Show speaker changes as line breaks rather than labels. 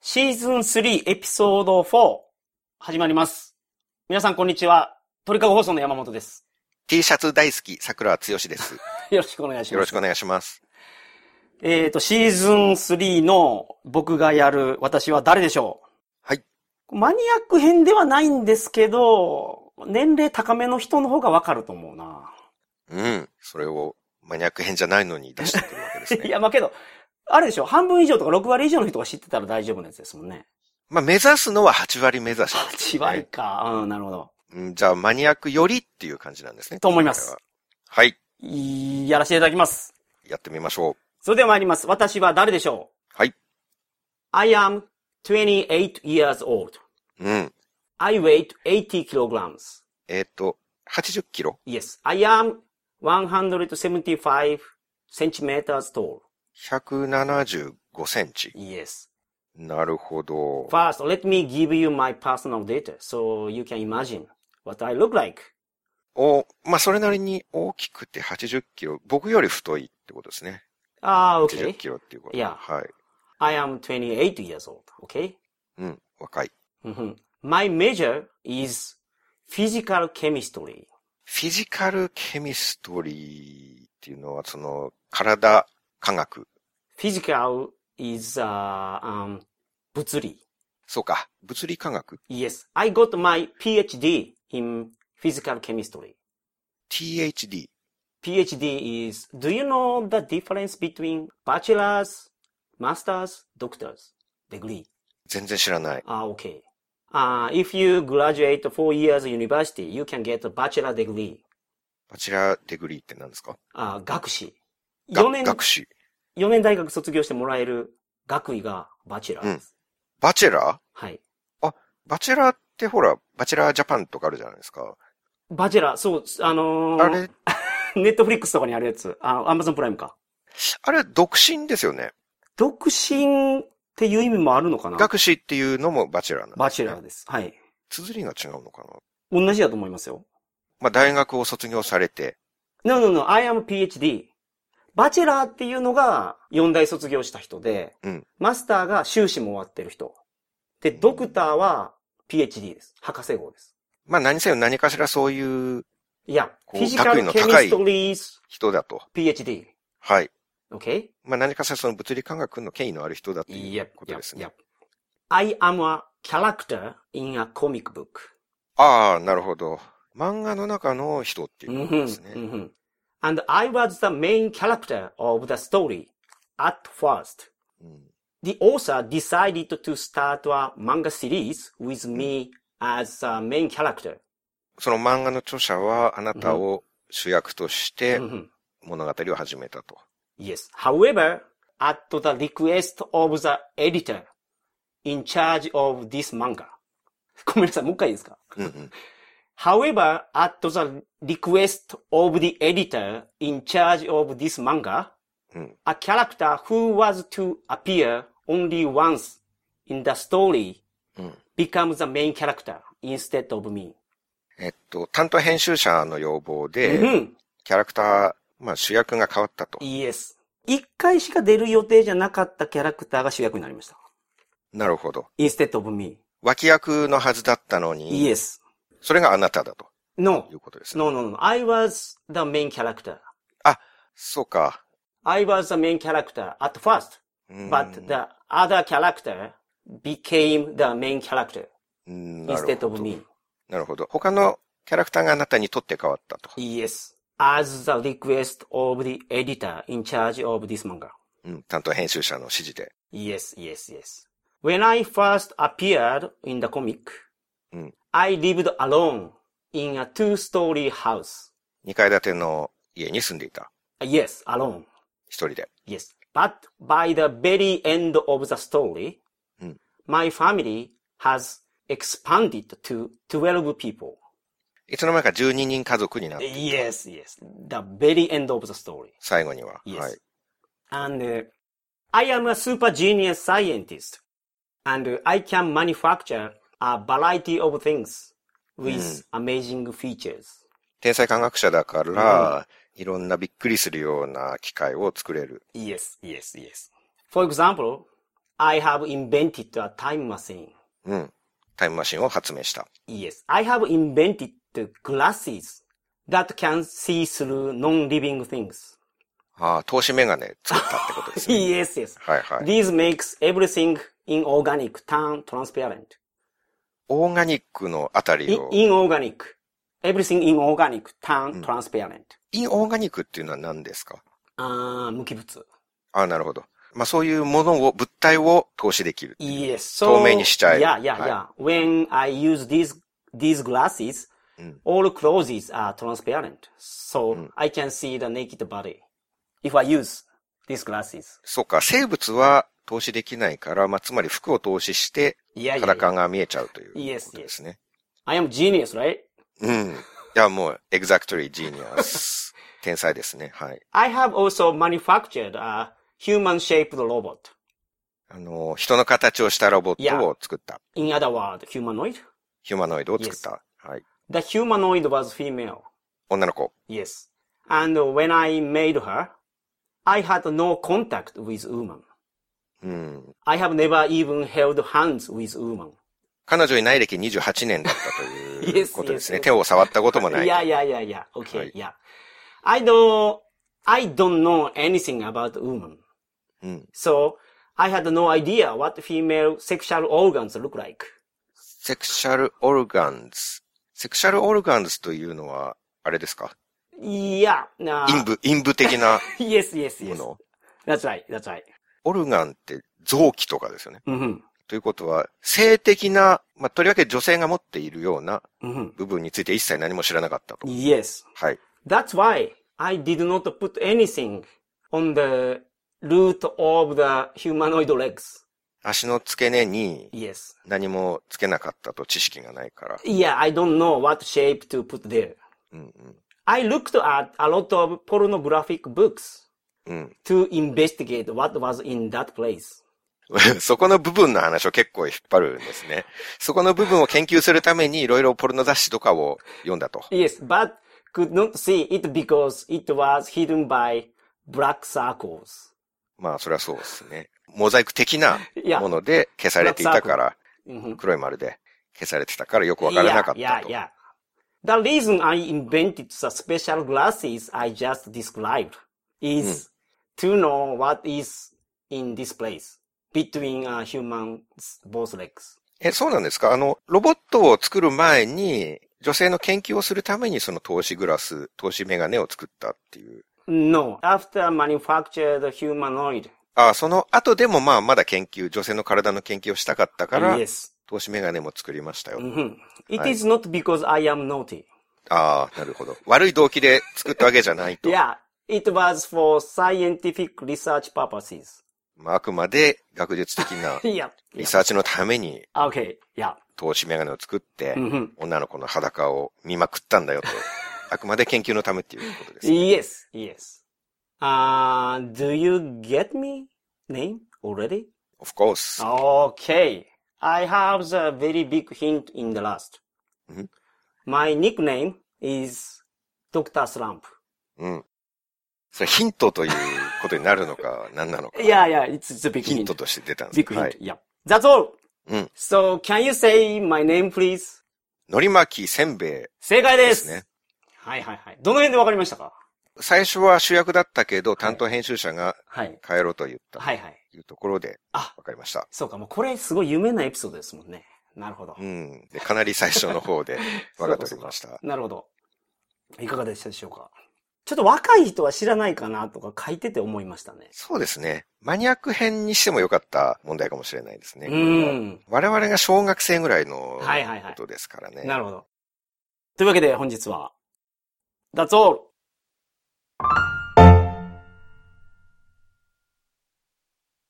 シーズン3エピソード4始まります。皆さんこんにちは。鳥かご放送の山本です。
T シャツ大好き、桜剛です。
よろしくお願いします。
よろしくお願いします。
えっ、と、シーズン3の僕がやる私は誰でしょう
はい。
マニアック編ではないんですけど、年齢高めの人の方がわかると思うな。
うん。それをマニアック編じゃないのに出してくるわけです
い
ね。
や、まあけど、あれでしょ半分以上とか6割以上の人が知ってたら大丈夫なやつですもんね。
まあ、目指すのは8割目指しです、
8
ね。
割か。うん、なるほど。
うんじゃあ、マニアックよりっていう感じなんですね。
と思います
今回は。はい。
いやらせていただきます。
やってみましょ
それでは参ります。私は誰でしょう
はい。
I am 28 years old.I
う。うん。
weight 80 kilograms.Yes,
えっ、と、80キロ
I am 175 centimeters
?175 センチ。
tall.Yes.First,
なるほど。
let me give you my personal data so you can imagine what I look like.
お、まあ、それなりに大きくて80キロ。僕より太いってことですね。
Ah,
80
okay.
キロっていうこと。
いや
はい。
I am 28 years old. Okay?
うん。若い。
Mhm. My major is physical chemistry.
フィジカルケミストリーっていうのは、その、体科学。
physical is uh, um, 物理。
そうか。物理科学
Yes, I got my PhD in physical chemistry.
?THD。
PhD is, do you know the difference between bachelor's, master's, doctor's degree?
全然知らない。
Ah, okay. Uh, if you graduate four years university, you can get a bachelor degree.
バチェラーデグリーって何ですか
Ah, 学士。
が
4年、
学士。
4年大学卒業してもらえる学位がバチェラーです。
バチェラー
はい。
バチェラーってほら、バチェラージャパンとかあるじゃないですか。
バチェラー、そう、あのー
あれ、
ネットフリックスとかにあるやつ。あの、アマゾンプライムか。
あれ、独身ですよね。
独身っていう意味もあるのかな
学士っていうのもバチェラーなんです、ね。
バチェラー。です。はい。
綴りが違うのかな
同じだと思いますよ。
まあ、大学を卒業されて。
No, no, no, I am PhD. バチェラーっていうのが4大卒業した人で、
うん
マスターが修士も終わってる人。で、ドクターは PhD です。博士号です。
まあ、何せよ何かしらそういう
いや、
こう
physical
学位の高い
chemistry is
人だと。
PhD.
はい。
Okay?
まあ、何かしらその物理科学の権威のある人だっていう
Yep,
こと
yep,
ですね
yep.。I am a character in a comic book.
ああ、なるほど。漫画の中の人っていうことですね。
Mhm, mhm. And I was the main character of the story at first.
うん、
The author decided to start a manga series with me as a main character.
その漫画の著者はあなたを主役として
Mhm.
物語を始めたと。
Yes. However, at the request of the editor in charge of this manga. ごめんなさい、もう一回いいですか
うんうん、
However, at the request of the editor in charge of this manga,
うん。
a character who was to appear only once in the story
うん。
becomes the main character instead of me.
えっと、担当編集者の要望で、
Mhm.
キャラクター、まあ主役が変わったと。
Yes. 一回しか出る予定じゃなかったキャラクターが主役になりました。
なるほど。
instead of me.
脇役のはずだったのに、
Yes.
それがあなただと
No.
いうことですね。
No, no, no. I was the main character.
そうか。
I was the main character at first,
うん
but the other character became the main character
うんなるほど
instead of me.
なるほど。他のキャラクターがあなたにとって変わったと。
Yes, as the request of the editor in charge of this manga.
うん、担当編集者の指示で。
Yes, yes, yes. When I first appeared in the comic, Hmm.
うん。
I lived alone in a two-story house.
2階建ての家に住んでいた。
Yes, alone.
一人で。
Yes. But by the very end of the story, Hmm.
うん。
my family has expanded to 12 people.
いつの間にか12人家族になって、
Yes, yes. The very end of the story.
最後には。
Yes.
はい。
And uh, I am a super genius scientist. And uh, I can manufacture a variety of things with amazing features.
天才科学者だから、いろんなびっくりするような機械を作れる。
Yes, yes, yes. For example, I have invented a time machine.
うん。タイムマシンを発明した。
Yes, I have invented glasses that can see through non-living things.
ああ、投資メガネ作ったってこと です ね。
yes, yes.
はいはい。
These makes everything inorganic turn transparent.
オーガニックのあた
I-
りを、
inorganic. Everything inorganic turn transparent.
インオーガニックっていうのは何ですか
あー無機物。
ああ、なるほど。まあそういうものを、物体を投資できる。
Yes, so.
透明にしちゃえる
Yeah, yeah,
はい
yeah. When I use these, these glasses,
うん
all clothes are transparent. So I can see the naked body. If I use these glasses.
そうか、生物は投資できないから、まあつまり服を投資して、
Yeah, yeah,
裸
yeah.
が見えちゃうという
Yes,
ことですね。
I am genius, right?
うん。いや、もう、exactly genius. 天才ですね。はい。
I have also manufactured a human-shaped robot.
あの、人の形をしたロボットを作った。
In other words, humanoid.
ヒューマノイドを作った。はい。
The humanoid was female.
女の子。
Yes. And when I made her, I had no contact with woman.
うん。
I have never even held hands with woman.
彼女いない歴28年だったとい う
Yes,
ことですね。
yes.
手を触ったこともない。
Yeah, yeah, yeah, yeah. Okay,
Right.
yeah. I don't, I don't know anything about woman.
うん。
So I had no idea what female sexual organs look like.
セクシャルオルガンズ。セクシャルオルガンズというのは、あれですか
Yeah. Uh,
陰部、陰部的な
yes, yes,
も
yes.
の。
That's right, that's right.
オルガンって臓器とかですよね。
hmm
ということは、性的な、まあ、とりわけ女性が持っているような
hmm
部分について一切何も知らなかったと。
Yes.
はい。
That's why I did not put anything on the root of the humanoid legs.
足の付け根に
Yes.
何もつけなかったと知識がないから。
Yeah, I don't know what shape to put there.
うんうん。
I looked at a lot of pornographic books
うん。
to investigate what was in that place.
そこの部分の話を結構引っ張るんですね。そこの部分を研究するためにいろいろポルノ雑誌とかを読んだと。
Yes, but could not see it because it was hidden by black circles.
まあ、それはそうですね。モザイク的ない
や
もので消されていたから、
Mhm.
黒い丸で消されてたからよくわからなかったと。
Yeah, yeah, yeah. The reason I invented the special glasses I just described is to know what is in this place between a human's both legs.
え、そうなんですかあの、ロボットを作る前に、女性の研究をするためにその投資グラス、投資メガネを作ったっていう。
No, after manufactured humanoid.
ああ、その後でもまあまだ研究、女性の体の研究をしたかったから、
yes.
投資メガネも作りましたよ。
Mhm. It
Right.
is not because I am naughty.
ああ、なるほど。悪い動機で作ったわけじゃないと。
Yeah, it was for scientific research purposes.
まあ、あくまで学術 的な
Yeah.
リサーチのために
Okay. Yeah.
投資メガネを作って、
Mhm.
女の子の裸を見まくったんだよと。あくまで研究のためっていうことです。
Yes, yes. Uh, do you get me name already?
Of course.
Okay. I have the very big hint in the last.
Mhm.
My nickname is Dr. Slump.
うん。それヒントということになるのか、 何なのか。
Yeah, yeah, it's, it's a big
ヒン
hint.
トとして出たんです
Big
け
hint,
ど。はい。
yeah. That's all.
うん。
So, can you say my name, please?
のり巻きせんべい
正解で。
ですすね。
はいはいはい。どの辺でわかりましたか
最初は主役だったけど、担当編集者が
はい。
変えろと言った。
はいはい。
い。うところで、
あ
わかりました。
そうか、もうこれすごい有名なエピソードですもんね。なるほど。
うん。でかなり最初の 方で分かっておりました。
なるほど。いかがでしたでしょうかちょっと若い人は知らないかなとか書いてて思いましたね。
そうですね。マニアック編にしてもよかった問題かもしれないですね。
う。ん。
我々が小学生ぐらいの
はいはいはい
ことですからね。
なるほど。というわけで本日は、That's all!